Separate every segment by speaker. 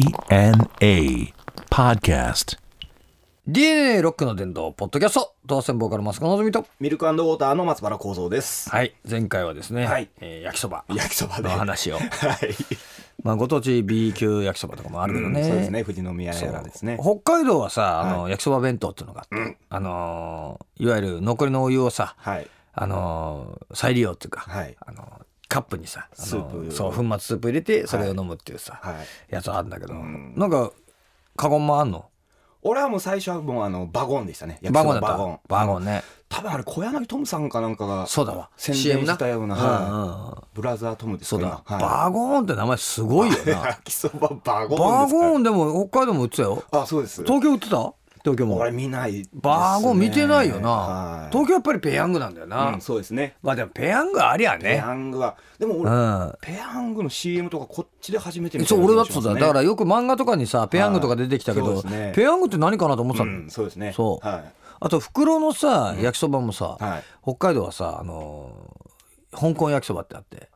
Speaker 1: DNA Podcast.
Speaker 2: DNA ロックの伝道、ポッドキャスト、当選坊からマスコのぞみと。
Speaker 3: ミルクウォーターの松原幸三です。
Speaker 2: はい、前回はですね、
Speaker 3: はい
Speaker 2: えー焼きそば
Speaker 3: 焼きそばで。
Speaker 2: の 話を。
Speaker 3: はい。
Speaker 2: まあ、ご当地 B 級焼きそばとかもあるけどね。
Speaker 3: そうですね。富士宮やらですね。
Speaker 2: 北海道はさ、あの、焼きそば弁当っていうのがあって、あのーいわゆる残りのお湯をさ、
Speaker 3: はい。
Speaker 2: あのー再利用っていうか、
Speaker 3: はい
Speaker 2: あのーカップにさ、あのー
Speaker 3: スープ
Speaker 2: そう、粉末スープ入れて、それを飲むっていうさ、
Speaker 3: はい。
Speaker 2: やつあるんだけど、
Speaker 3: ん
Speaker 2: なんか、カゴンもあんの
Speaker 3: 俺はもう最初はもうあのバゴンでしたね。焼き
Speaker 2: バ
Speaker 3: そ
Speaker 2: ゴ
Speaker 3: ば
Speaker 2: ンだった。
Speaker 3: バゴン。
Speaker 2: バゴンね。
Speaker 3: 多分あれ小柳トムさんかなんかが。
Speaker 2: そうだわ。
Speaker 3: 宣
Speaker 2: CM
Speaker 3: 伝
Speaker 2: な
Speaker 3: したような。
Speaker 2: うん
Speaker 3: は
Speaker 2: うんうん
Speaker 3: い。ブラザートムです
Speaker 2: そう
Speaker 3: か
Speaker 2: だ
Speaker 3: 今、は
Speaker 2: バゴーンって名前すごいよ
Speaker 3: い。
Speaker 2: な
Speaker 3: 焼きそばバゴンですか。
Speaker 2: バゴーンでも北海道も売ってたよ
Speaker 3: あ、そうです。
Speaker 2: 東京売ってた東京も
Speaker 3: 俺見ないですね。
Speaker 2: バゴーン見てないよ
Speaker 3: は
Speaker 2: な東
Speaker 3: い。
Speaker 2: 京やっぱりペヤングなんだよな、
Speaker 3: うん、そうですね。
Speaker 2: まあでもペヤングありゃ
Speaker 3: ペ
Speaker 2: ね
Speaker 3: ヤングは。でも
Speaker 2: う
Speaker 3: 俺、
Speaker 2: ん
Speaker 3: ペヤングの CM とかこっちで初めて見た
Speaker 2: そ
Speaker 3: よ
Speaker 2: う
Speaker 3: な
Speaker 2: 俺
Speaker 3: 気
Speaker 2: だって
Speaker 3: がし
Speaker 2: そ
Speaker 3: ま
Speaker 2: うだ
Speaker 3: すね
Speaker 2: よだからよく漫画とかにさペヤングとか出てきたけ
Speaker 3: は
Speaker 2: ど、
Speaker 3: いそうですね
Speaker 2: ペヤングって何かなと思ってた
Speaker 3: う
Speaker 2: の、
Speaker 3: ん、そうですね。
Speaker 2: そう
Speaker 3: は
Speaker 2: あと袋のさ焼きそばもさ、
Speaker 3: い。はい。
Speaker 2: 北海道はさあのー香港焼きそばってあって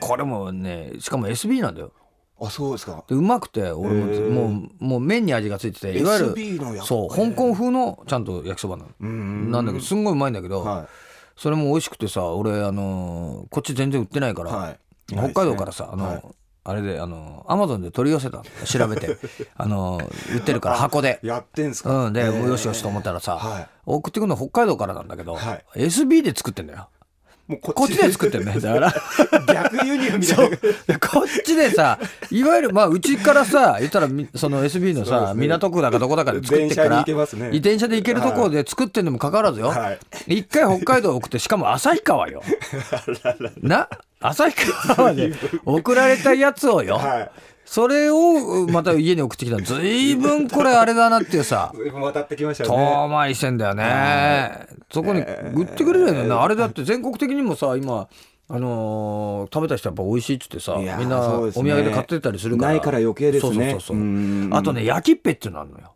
Speaker 2: これもねしかも SB なんだよ
Speaker 3: あ、そうですか。
Speaker 2: でうまくて俺も
Speaker 3: へえ
Speaker 2: もうもう麺に味がついてていわゆる
Speaker 3: SB のやつ
Speaker 2: そう香港風のちゃんと焼きそばなの、
Speaker 3: うん
Speaker 2: なんだけどすんごいうまいんだけど、
Speaker 3: は
Speaker 2: それも美味しくてさ俺あのーこっち全然売ってないか
Speaker 3: い。
Speaker 2: ら、
Speaker 3: はい。
Speaker 2: 北海道からさあのー、
Speaker 3: はい
Speaker 2: あれであのーアマゾンで取り寄せたの調べ てあのー売ってるから箱で
Speaker 3: やってんすか。
Speaker 2: うんで、
Speaker 3: えー
Speaker 2: よしよしと思ったらさ、
Speaker 3: はい
Speaker 2: 送ってくるの北海道からなんだけど、
Speaker 3: はい
Speaker 2: SB で作ってんだよ
Speaker 3: もうこ
Speaker 2: こっちで作ってん
Speaker 3: ね。
Speaker 2: だよだから
Speaker 3: 逆輸入みた
Speaker 2: そう
Speaker 3: いな。
Speaker 2: でこっちでさいわゆるまあうちからさ言ったらみその SB の
Speaker 3: そうで
Speaker 2: さ、
Speaker 3: すね
Speaker 2: 港区だかどこだかで作ってっか
Speaker 3: 電車に
Speaker 2: ら
Speaker 3: 行けますね
Speaker 2: 移転車で行けるところで作ってんのもかかわらずよ、
Speaker 3: はい
Speaker 2: 一回北海道送ってしかも旭川よな旭川で送られたやつをよ、
Speaker 3: は
Speaker 2: それをまた家に送ってきたのずいぶんこれあれだなっていうさ
Speaker 3: い。渡ってきましたよね。
Speaker 2: 遠回りしてんだよね。そこに売ってくれるよね。あれだって全国的にもさ、今、あのー食べた人やっぱ美味しいっつってさ、
Speaker 3: いやー
Speaker 2: みんな
Speaker 3: そう
Speaker 2: お
Speaker 3: で
Speaker 2: 土
Speaker 3: すね
Speaker 2: 産で買ってたりするから。
Speaker 3: ないから余計ですね
Speaker 2: そうそうそう
Speaker 3: う
Speaker 2: そ
Speaker 3: ん
Speaker 2: う。あとね、焼きっぺっていうのあるのよ。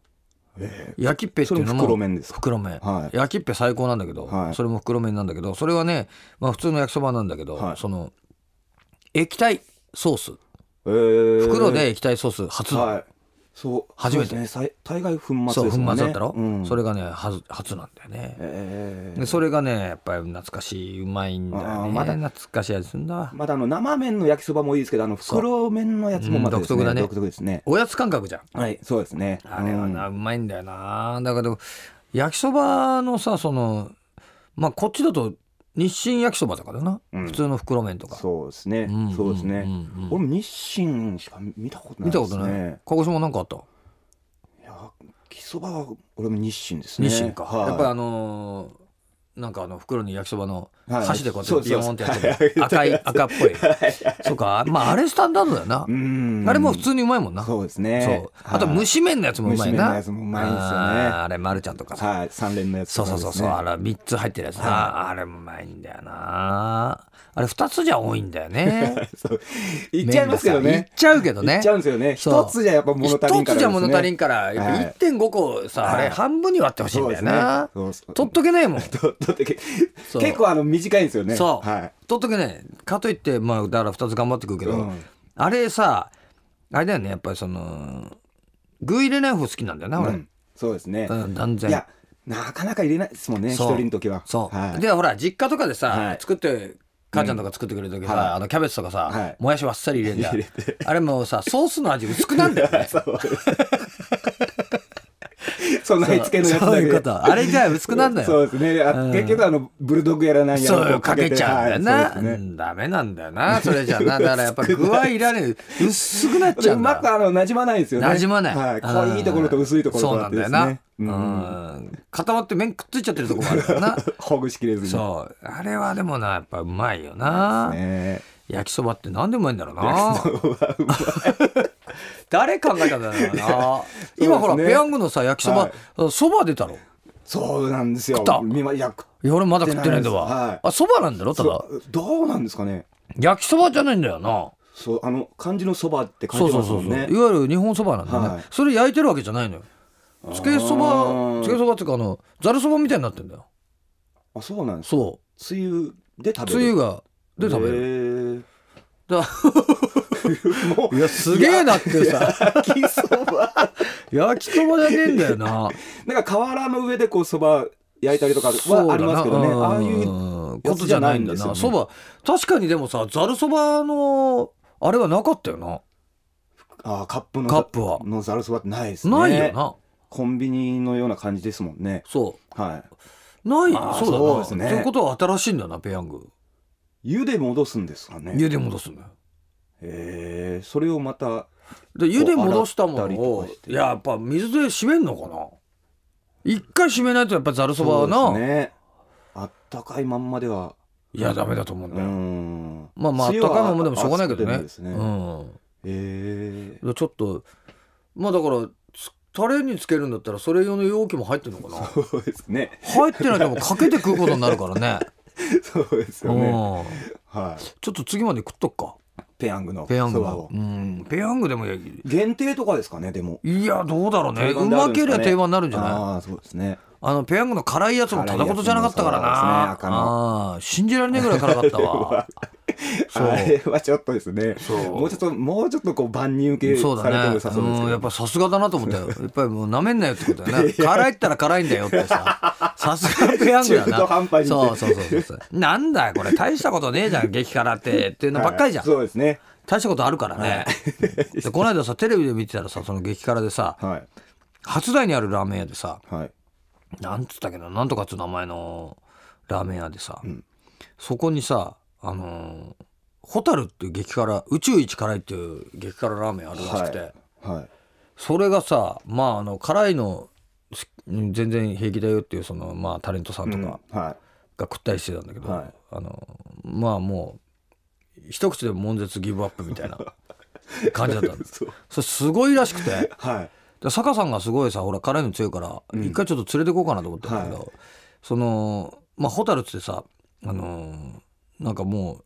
Speaker 2: 焼きっぺっていうのも
Speaker 3: それも袋麺ですか
Speaker 2: 袋麺、
Speaker 3: はい
Speaker 2: 焼きっぺ最高なんだけど、
Speaker 3: はい
Speaker 2: それも袋麺なんだけどそれはね、まあ、普通の焼きそばなんだけど、
Speaker 3: はい
Speaker 2: その液体ソース
Speaker 3: 袋
Speaker 2: 袋で。液体ソース初の、
Speaker 3: はい。そう。
Speaker 2: 初めて
Speaker 3: そうですね。さい大概粉末です
Speaker 2: そう
Speaker 3: も
Speaker 2: 粉
Speaker 3: んね
Speaker 2: 末だったろ、
Speaker 3: うん
Speaker 2: それがね初初なんだよね、
Speaker 3: えー
Speaker 2: でそれがねやっぱり懐かしいうまいんだよ
Speaker 3: あ
Speaker 2: ね
Speaker 3: ーまだ
Speaker 2: 懐かしい味すんだわ
Speaker 3: まだあの生麺の焼きそばもいいですけど、あの袋麺のやつもまだです
Speaker 2: うん独特だね
Speaker 3: 独特ですね。
Speaker 2: おやつ感覚じゃん
Speaker 3: はい、そうですね。
Speaker 2: あれはな、うまいんだよなだけど焼きそばのさそのまあこっちだと日清焼きそばとかだな、
Speaker 3: うん
Speaker 2: 普通の袋麺とか
Speaker 3: そうですね
Speaker 2: うん。
Speaker 3: そうですね
Speaker 2: うんうんうん。
Speaker 3: 俺も日清しか見たことな
Speaker 2: 見
Speaker 3: い
Speaker 2: た
Speaker 3: で
Speaker 2: こと
Speaker 3: す
Speaker 2: ない、
Speaker 3: ね。
Speaker 2: 鹿児島なんかあった、
Speaker 3: 焼きそばは俺も日清ですね。
Speaker 2: 日清か、
Speaker 3: はい
Speaker 2: やっぱりあのーなんかあの袋に焼きそばの
Speaker 3: はい
Speaker 2: 箸でこうや
Speaker 3: そ
Speaker 2: っ
Speaker 3: う
Speaker 2: て
Speaker 3: そう
Speaker 2: ビヨーンってやって る赤い赤っぽいそうかまああれスタンダードだよな、
Speaker 3: うん。
Speaker 2: あれも普通にうまいもんな
Speaker 3: そうですね。
Speaker 2: そう。あと蒸
Speaker 3: し。
Speaker 2: し麺のやつもうまいな。
Speaker 3: 蒸し麺のやつもうまいんですよね
Speaker 2: あーあれ、マルちゃんとかさ。
Speaker 3: はい、三連のやつ
Speaker 2: そう
Speaker 3: とか
Speaker 2: そ
Speaker 3: で
Speaker 2: う
Speaker 3: す
Speaker 2: そ
Speaker 3: ね。
Speaker 2: うそう、あれ3つ入ってるやつな、あれもうまいんだよなあれ2つじゃ多いんだよね
Speaker 3: そう。いっちゃいますけど
Speaker 2: 麺がさいっ
Speaker 3: ね。
Speaker 2: ちゃうけどね
Speaker 3: いっちゃうんですよね。
Speaker 2: そう
Speaker 3: 一つじゃやっぱ物足りんからですね。
Speaker 2: 一つじゃ物足りんからやっぱ
Speaker 3: はい
Speaker 2: 1.5個さ、あ
Speaker 3: は
Speaker 2: れ
Speaker 3: い
Speaker 2: 半分に割ってほしいんだよな、
Speaker 3: そうですねそうそ
Speaker 2: 取
Speaker 3: う
Speaker 2: っとけないもん
Speaker 3: ととってけ
Speaker 2: そう
Speaker 3: 結構あの短いんですよね。
Speaker 2: そう、
Speaker 3: はい。
Speaker 2: 取っとけねかといってまあだから2つ頑張ってくるけど、
Speaker 3: うん
Speaker 2: あれさあれだよねやっぱりその具入れない方好きなんだよな俺、
Speaker 3: うんそうですね。
Speaker 2: うん断然
Speaker 3: いや、なかなか入れないですもんね、一
Speaker 2: そう
Speaker 3: 人の時は。
Speaker 2: そう、
Speaker 3: はい
Speaker 2: でほら実家とかでさ、
Speaker 3: はい
Speaker 2: 作って母ちゃんとか作ってくれる時さ、
Speaker 3: はい
Speaker 2: あのキャベツとかさ、
Speaker 3: はい
Speaker 2: もやしばっさり入れるじゃん
Speaker 3: 入れて
Speaker 2: あれもうさソースの味薄くなんだよね
Speaker 3: そう。そんな付けのやつだけ
Speaker 2: そういうことあれじゃ薄くなんだよ
Speaker 3: そうですね。あ
Speaker 2: うん
Speaker 3: 結局あのブルドッグやらなんやら
Speaker 2: そう
Speaker 3: こ
Speaker 2: よかけ
Speaker 3: て
Speaker 2: ちゃうんだよな、
Speaker 3: はいそうです
Speaker 2: う
Speaker 3: ね
Speaker 2: んダメなんだよなそれじゃ なだからやっぱ具はいらねえ薄くなっち
Speaker 3: で
Speaker 2: ゃ
Speaker 3: う
Speaker 2: うん
Speaker 3: ま
Speaker 2: だ
Speaker 3: くあの馴染まないんですよね。
Speaker 2: なじまない、
Speaker 3: はい。濃いところと薄いところ
Speaker 2: そ
Speaker 3: と
Speaker 2: うな
Speaker 3: あ
Speaker 2: ん
Speaker 3: って
Speaker 2: だ
Speaker 3: で
Speaker 2: よ
Speaker 3: す
Speaker 2: な、
Speaker 3: ね。
Speaker 2: う
Speaker 3: うん
Speaker 2: ん、固まって麺くっついちゃってるとこもある からな
Speaker 3: ほぐしきれずに。
Speaker 2: そうあれはでもなやっぱうまいよな、
Speaker 3: ね
Speaker 2: 焼きそばって何でもいいんだろうな。誰考えたんだろうな。今ほら、
Speaker 3: そうですね
Speaker 2: ペヤングのさ、焼きそば、そば出たろ。
Speaker 3: そうなんですよ。
Speaker 2: 食った
Speaker 3: 見まいや食っ
Speaker 2: いや、俺まだ食ってないんだ
Speaker 3: 食ってない
Speaker 2: わ
Speaker 3: です。は
Speaker 2: あ、そばなんだろただ。
Speaker 3: そうどうなんですかね。
Speaker 2: 焼きそばじゃないんだよな。
Speaker 3: そうあの漢字のそばって書
Speaker 2: そ
Speaker 3: いうて
Speaker 2: そ
Speaker 3: ま
Speaker 2: うそう
Speaker 3: すも
Speaker 2: んそう。いわ
Speaker 3: ね。
Speaker 2: ゆる日本そばなんだよ
Speaker 3: は
Speaker 2: ね
Speaker 3: い。
Speaker 2: それ焼いてるわけじゃないのよ。つけそば、
Speaker 3: あー
Speaker 2: つけそばっていうかあの、ざるそばみたいになってんだよ。
Speaker 3: あそうなんです。
Speaker 2: そ
Speaker 3: つゆで
Speaker 2: う。
Speaker 3: 食べ
Speaker 2: つゆ
Speaker 3: る。
Speaker 2: が、で食べる。
Speaker 3: る。
Speaker 2: だ
Speaker 3: もう
Speaker 2: いやすげえなってさ
Speaker 3: 焼きそば
Speaker 2: 焼きそばじゃねえんだよな
Speaker 3: なんか瓦の上でこうそば焼いたりとかはありますけどねああいう
Speaker 2: う
Speaker 3: やつじゃないんですよね
Speaker 2: そば確かにでもさざるそばのあれはなかったよな
Speaker 3: あーカップの
Speaker 2: カップは
Speaker 3: のざるそばってないですね
Speaker 2: ないよな
Speaker 3: コンビニのような感じですもんね
Speaker 2: そ
Speaker 3: は
Speaker 2: うない
Speaker 3: あー
Speaker 2: そうだな
Speaker 3: そうですね
Speaker 2: ということは新しいんだなペヤング
Speaker 3: い湯で戻すんですかね
Speaker 2: 家で戻すんだよ
Speaker 3: えー、それをまた
Speaker 2: で湯で戻したも
Speaker 3: 洗
Speaker 2: の
Speaker 3: ったりとか
Speaker 2: を
Speaker 3: して
Speaker 2: やっぱ水で締めんのかな一回締めないとやっぱざるそばは
Speaker 3: そう
Speaker 2: な、
Speaker 3: ですねあったかいまんまではい
Speaker 2: やダメだと思うん
Speaker 3: う
Speaker 2: だよ、
Speaker 3: ん
Speaker 2: まあまああっ
Speaker 3: つゆ
Speaker 2: た
Speaker 3: は
Speaker 2: かいままでもしょうがないけどね
Speaker 3: 熱くてもですね
Speaker 2: うん
Speaker 3: え
Speaker 2: いやちょっとまあだからつタレにつけるんだったらそれ用の容器も入ってるのかな
Speaker 3: ー、そうですね
Speaker 2: 入ってないともうかけて食うことになるからね
Speaker 3: そうです
Speaker 2: う
Speaker 3: よね
Speaker 2: ん
Speaker 3: はい
Speaker 2: ちょっと次まで食っとくか
Speaker 3: ペヤングの
Speaker 2: ペヤング
Speaker 3: そば
Speaker 2: は
Speaker 3: を
Speaker 2: うんペヤングでもいや
Speaker 3: 限定とかですかねでも
Speaker 2: いやどうだろうね
Speaker 3: 定
Speaker 2: う
Speaker 3: 番であ
Speaker 2: ま
Speaker 3: るんで
Speaker 2: け
Speaker 3: す
Speaker 2: り
Speaker 3: かね
Speaker 2: ゃ定番になるんじゃない
Speaker 3: ああそうですね
Speaker 2: あのペヤングの辛いやつもただことじゃなかったからな、
Speaker 3: 辛いやつもそうですね赤
Speaker 2: ああ信じられないぐらい辛かった わそう
Speaker 3: あれはちょっとですね
Speaker 2: そう
Speaker 3: もうちょっともうちょっとこう万人受けさ
Speaker 2: そう
Speaker 3: れて
Speaker 2: だ
Speaker 3: も
Speaker 2: ね
Speaker 3: 良さそうですけ
Speaker 2: うん
Speaker 3: ど
Speaker 2: やっぱさすがだなと思った よやっぱりもうなめんなよってことだよね辛いったら辛いんだよってささすがペヤングだ
Speaker 3: 中途半端
Speaker 2: な
Speaker 3: に
Speaker 2: そうそうそうそうそう なんだよこれ大したことねえじゃん激辛ってっていうのばっかりじゃん、
Speaker 3: はいそうですね
Speaker 2: 大したことあるからね、でこの間さテレビで見てたらさその激辛でさ
Speaker 3: はい
Speaker 2: 初台にあるラーメン屋でさ
Speaker 3: はい
Speaker 2: なんつったっけななんとかっつう名前のラーメン屋でさ、そこにさあのーホタルっていう激辛宇宙一辛いっていう激辛ラーメンあるらしくて、
Speaker 3: はいはい
Speaker 2: それがさまああの辛いのす全然平気だよっていうそのまあタレントさんと
Speaker 3: うん
Speaker 2: か
Speaker 3: は
Speaker 2: が
Speaker 3: いは
Speaker 2: 食ったりしてたんだけど、
Speaker 3: はい
Speaker 2: あのまあもう一口で悶絶ギブアップみた いな感じだったんです
Speaker 3: そう
Speaker 2: それすごいらしくて
Speaker 3: はい
Speaker 2: で坂さんがすごいさほら辛いの強いから、一回ちょっと連れてこうかなと思ったんだけど、
Speaker 3: は
Speaker 2: そのまあホタルってさあのーなんかも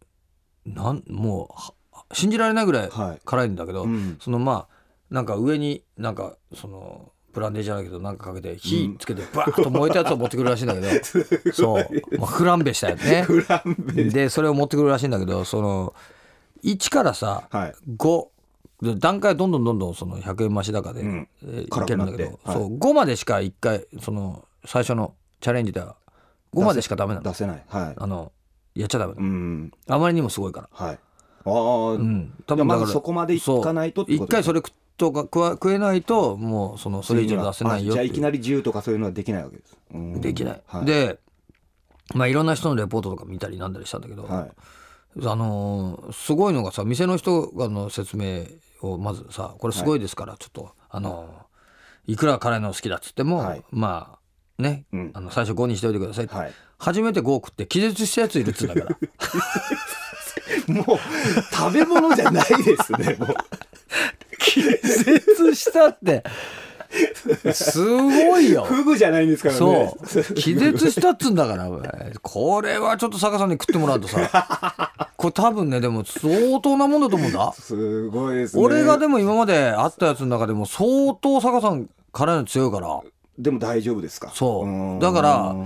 Speaker 2: うなんもうは信じられないぐらい
Speaker 3: はい
Speaker 2: 辛いんだけど、
Speaker 3: うん
Speaker 2: そのまあなんか上になんかそのブランデーじゃないけどなんかかけて火つけてバーッと燃えたやつを持ってくるらしいん だけど、そう、まあ、フランベしたやつね
Speaker 3: フランベ
Speaker 2: でそれを持ってくるらしいんだけどその1からさ、
Speaker 3: はい
Speaker 2: 5で段階どんどんどんどんその100円増し高で、
Speaker 3: うん
Speaker 2: えーい
Speaker 3: 辛
Speaker 2: け
Speaker 3: く
Speaker 2: る
Speaker 3: なんっ
Speaker 2: だ
Speaker 3: て
Speaker 2: けど、
Speaker 3: はい
Speaker 2: そう5までしか1回その最初のチャレンジでは5までしかダメなの
Speaker 3: 出せないはい
Speaker 2: あのやっちゃダメな
Speaker 3: う
Speaker 2: の、
Speaker 3: ん
Speaker 2: あまりにもすごいから。
Speaker 3: はいああ
Speaker 2: うん、
Speaker 3: 多分まずそこまで行かないとって
Speaker 2: 一
Speaker 3: ことで
Speaker 2: 回
Speaker 3: すね
Speaker 2: それ食っとか食わ食えないともうそのそれ以上出せないよ
Speaker 3: あじゃあ
Speaker 2: って
Speaker 3: いきなり銃とかそういうのはできないわけです。うん
Speaker 2: できない、
Speaker 3: はい、
Speaker 2: でまあいろんな人のレポートとか見たりなんだりしたんだけど、
Speaker 3: はい、
Speaker 2: あのーすごいのがさ店の人がの説明をまずさこれすごいですから、ちょっとあのーいくら辛いの好きだっつっても、
Speaker 3: はい
Speaker 2: まあね、
Speaker 3: うん
Speaker 2: あの最初5にしておいてください、
Speaker 3: はい
Speaker 2: 初めて5食って気絶したやついるっつうんだ から
Speaker 3: もう食べ物じゃないですね。もう
Speaker 2: 気絶したってすごい よ
Speaker 3: フグじゃないんですからね。
Speaker 2: そう。気絶したっつうんだから、お前これはちょっと坂さんに食ってもらうとさ。 これ多分ね、でも相当なもんだと思うんだ。
Speaker 3: すごいですね。
Speaker 2: 俺がで
Speaker 3: も
Speaker 2: も今まで会ったやつの中でも相当坂さん辛いの強いから、
Speaker 3: でも大丈夫ですか。
Speaker 2: そう。
Speaker 3: ん
Speaker 2: だから、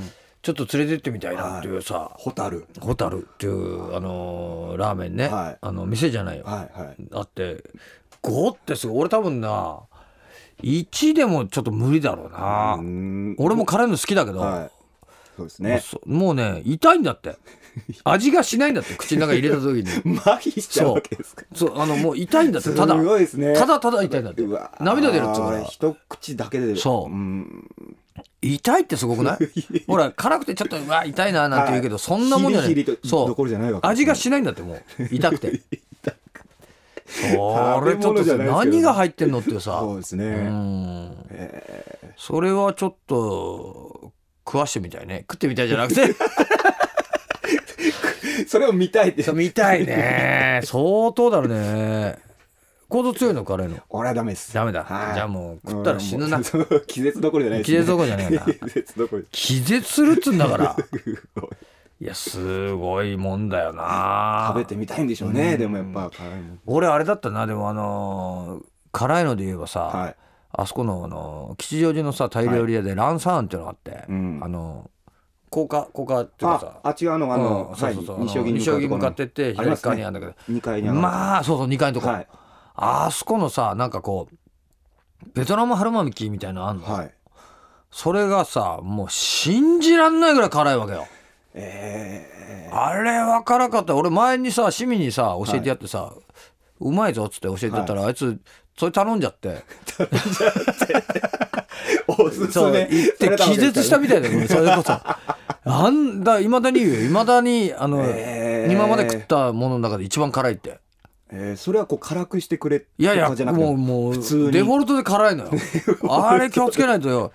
Speaker 2: ちょっと連れてってみたいなっていうさ、
Speaker 3: ホタル。
Speaker 2: ホタルっていう、あのーラーメンね、
Speaker 3: はい
Speaker 2: あの、店じゃないよ。
Speaker 3: はいはい。
Speaker 2: あって、5ってすごい。俺多分な、1でもちょっと無理だろうな
Speaker 3: う。ん
Speaker 2: 俺も辛いの好きだけど、
Speaker 3: はい。そうですね。
Speaker 2: そもうね痛いんだって味がしないんだって口の中に入れた 時に
Speaker 3: 麻痺しちゃうわけですか。
Speaker 2: そうあのもう痛いんだってただ
Speaker 3: すごいですね
Speaker 2: ただただ痛いんだって
Speaker 3: うわー
Speaker 2: 涙出るっつうか
Speaker 3: あれ
Speaker 2: ら
Speaker 3: 一口だけで
Speaker 2: そう
Speaker 3: うん
Speaker 2: 痛いってすごく ないほら辛くてちょっとうわ痛いななんて言うけど、
Speaker 3: はい
Speaker 2: そんなもんじゃない
Speaker 3: ヒリヒリと
Speaker 2: そう
Speaker 3: どころじゃないわけですね
Speaker 2: 味がしないんだってもう痛くてそ
Speaker 3: 食べ
Speaker 2: れちょっ
Speaker 3: 物
Speaker 2: と
Speaker 3: じ
Speaker 2: さ
Speaker 3: ゃないですけど
Speaker 2: 何が入ってんのっていうさ
Speaker 3: そうですね、
Speaker 2: うんそれはちょっと食わしてみたいね食ってみたいじゃなくて
Speaker 3: それを見たいって
Speaker 2: そう見たいね 相当だろうね構造強いの辛いの
Speaker 3: 俺はダメです
Speaker 2: ダメだ
Speaker 3: はい
Speaker 2: じゃあもう食ったら死ぬな
Speaker 3: うんもう そう気絶どころじゃないです、
Speaker 2: 気絶どころじゃ ないな
Speaker 3: 気絶どころ
Speaker 2: 気絶するっつうんだから
Speaker 3: すごい
Speaker 2: いやすごいもんだよな
Speaker 3: 食べてみたいんでしょうね、でもやっぱ辛いもん
Speaker 2: 俺あれだったなでもあのー辛いので言えばさ、
Speaker 3: はい
Speaker 2: あそこのあのー吉祥寺のさタイ料理屋でランサーンっていうのがあって、
Speaker 3: うん
Speaker 2: あのー高架高架っていうかさ
Speaker 3: ああっち側のあ
Speaker 2: う
Speaker 3: の、
Speaker 2: ん
Speaker 3: はい
Speaker 2: そうそうそう
Speaker 3: 西荻
Speaker 2: 西荻
Speaker 3: に
Speaker 2: 向かってって
Speaker 3: あります
Speaker 2: 左側にあるんだけ
Speaker 3: 2階に
Speaker 2: ど
Speaker 3: ある
Speaker 2: まあそうそう2階のとこ、
Speaker 3: はい
Speaker 2: あそこのさなんかこうベトナム春巻きみたいなのあんの、
Speaker 3: はい
Speaker 2: それがさもう信じらんないぐらい辛いわけよ
Speaker 3: え
Speaker 2: あれは辛かった俺前にさ市民にさ教えてやってさ、うまいぞっつって教えてやったら、あいつそれ頼んじゃって
Speaker 3: ー、 おすす
Speaker 2: そう
Speaker 3: め
Speaker 2: 行って気絶したみたいだよね それこそなんだいまだに言うよいまだにあの、
Speaker 3: えー
Speaker 2: 今まで食ったものの中で一番辛いって
Speaker 3: えー、それはこう辛くしてくれと
Speaker 2: いやいや
Speaker 3: かじゃなくて
Speaker 2: もうもう
Speaker 3: 普通に
Speaker 2: デフォルトで辛い のよあれ気をつけないとよ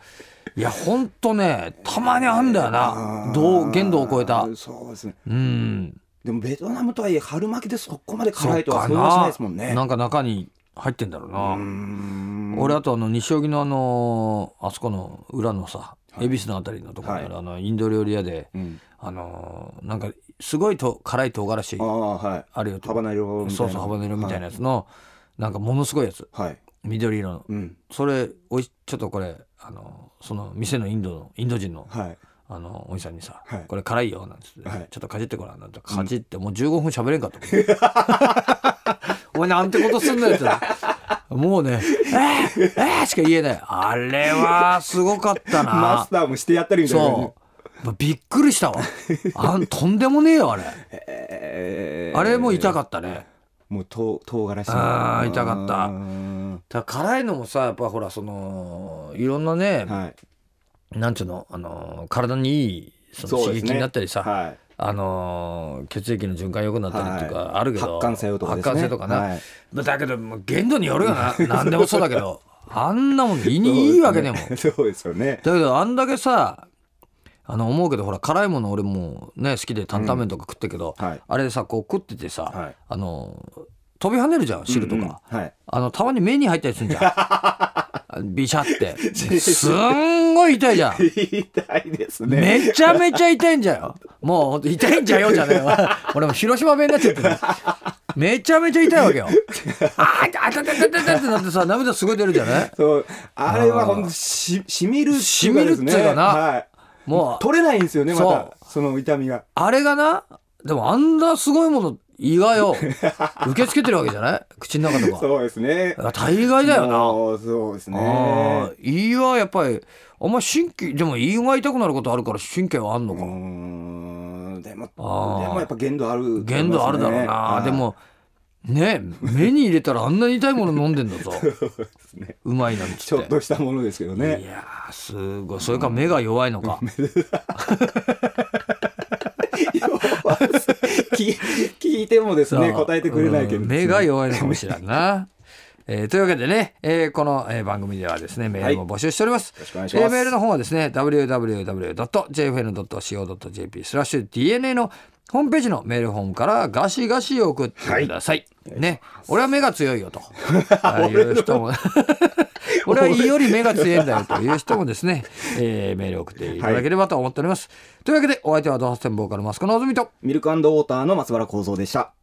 Speaker 2: いやほんとねたまにあんだよなどう限度を超えた
Speaker 3: そうですね
Speaker 2: うん
Speaker 3: でもベトナムとはいえ春巻きでそこまで辛いとは
Speaker 2: そっ
Speaker 3: 想像しないですもんね
Speaker 2: なんか中に入ってんだろうな、
Speaker 3: うーん
Speaker 2: 俺あとあの西荻のあのあそこの裏のさ恵比寿のあたりのところにある
Speaker 3: は
Speaker 2: あのインド料理屋で、
Speaker 3: うん
Speaker 2: あのーなんかすごいと辛い唐辛子
Speaker 3: ああはい
Speaker 2: あるよと
Speaker 3: ハバネロみたいな
Speaker 2: そうそうハバネロみたいなやつの、なんかものすごいやつ
Speaker 3: はい
Speaker 2: 緑色の
Speaker 3: うん
Speaker 2: それおいちょっとこれあのその店のインドのインド人の
Speaker 3: はい
Speaker 2: あのおじさんにさ、
Speaker 3: はい
Speaker 2: これ辛いよ」なんつって、
Speaker 3: はい
Speaker 2: ちょっとかじってごらん」なんてかじってもう15分喋れんかと思って「お前なんて ことすんのよ」ってもうね「えー、えー、しか言えないあれはすごかった
Speaker 3: マ
Speaker 2: な
Speaker 3: スターもしてやったりみたいな感じ
Speaker 2: そうびっくりしたわあんとんでもねえよあれ
Speaker 3: えー
Speaker 2: あれも痛かったね
Speaker 3: もう唐唐辛子
Speaker 2: あー痛かった
Speaker 3: うーん
Speaker 2: ただ辛いのもさやっぱほらそのいろんなね、
Speaker 3: はい
Speaker 2: なんちゅうの、あのー体にいいその刺
Speaker 3: です
Speaker 2: 激になったりさ、
Speaker 3: はい
Speaker 2: あのー血液の循環良くなったりっていうか、
Speaker 3: はい
Speaker 2: あるけど
Speaker 3: 発汗作用とかですね
Speaker 2: 発汗作用とかな、
Speaker 3: はい
Speaker 2: まあだけどまあ限度によるよな何でもそうだけ どあんなもん胃にいいわけねえもん、
Speaker 3: そうですよね
Speaker 2: だけどあんだけさあの思うけどほら辛いもの俺もうね好きで担々麺とか食ってけど、
Speaker 3: うんはい
Speaker 2: あれさこう食っててさ、
Speaker 3: はい
Speaker 2: あのー飛び跳ねるじゃん汁とか。
Speaker 3: うんはい
Speaker 2: あの、たまに目に入ったりするじゃ ん。ビシャって。すんごい痛いじゃん。
Speaker 3: 痛いですね
Speaker 2: めちゃめちゃ痛いんじゃよ。もうほんと痛いんじゃよじゃねえわ。俺もう広島弁になっちゃってる。めちゃめちゃ痛いわけよ。あー痛い痛い痛い痛い痛いってなってさ、涙すごい出るじゃない
Speaker 3: そうあれはほんとししみるっていうかですね
Speaker 2: しみるっていうかな
Speaker 3: はい
Speaker 2: もう、
Speaker 3: 取れないんですよねま
Speaker 2: そう
Speaker 3: たその痛みが
Speaker 2: あれがな、でもあんなすごいもの、胃がよ、受け付けてるわけじゃない口の中とか。
Speaker 3: そうですね
Speaker 2: あ大概だよな。
Speaker 3: もうそうです
Speaker 2: あ
Speaker 3: ね
Speaker 2: あ胃はやっぱりあんま神経でも胃が痛くなることあるから神経はあんの
Speaker 3: う
Speaker 2: か、
Speaker 3: ーんでもで
Speaker 2: あー
Speaker 3: もやっぱ限度ある
Speaker 2: 限度あるだろうな、でもね目に入れたらあんなに痛いもの飲んでんだぞ うまいなん
Speaker 3: ち
Speaker 2: つ
Speaker 3: ょ
Speaker 2: っ
Speaker 3: ってとしたものですけど
Speaker 2: い
Speaker 3: ね
Speaker 2: やーすごいそれか目が弱いのか
Speaker 3: 聞聞いてもですね
Speaker 2: さあ
Speaker 3: 答えてくれないけど
Speaker 2: うん目が弱いのかもしれんな。 えーというわけでね、えーこの、えー番組ではですねメールも募集しております。
Speaker 3: ろしくお願いします
Speaker 2: えーメールの方はですね www.jfn.co.jp スラッシュ DNA のホームページのメールフォームからガシガシ送ってください。ね、俺は目が強い よとあいう人も 俺は胃より目が強いんだよという人もですね、えーメールを送っていただければと思っております。というわけでお相手はドハステンボーカルマスコのおずみと。
Speaker 3: ミルクウォーターの松原幸三でした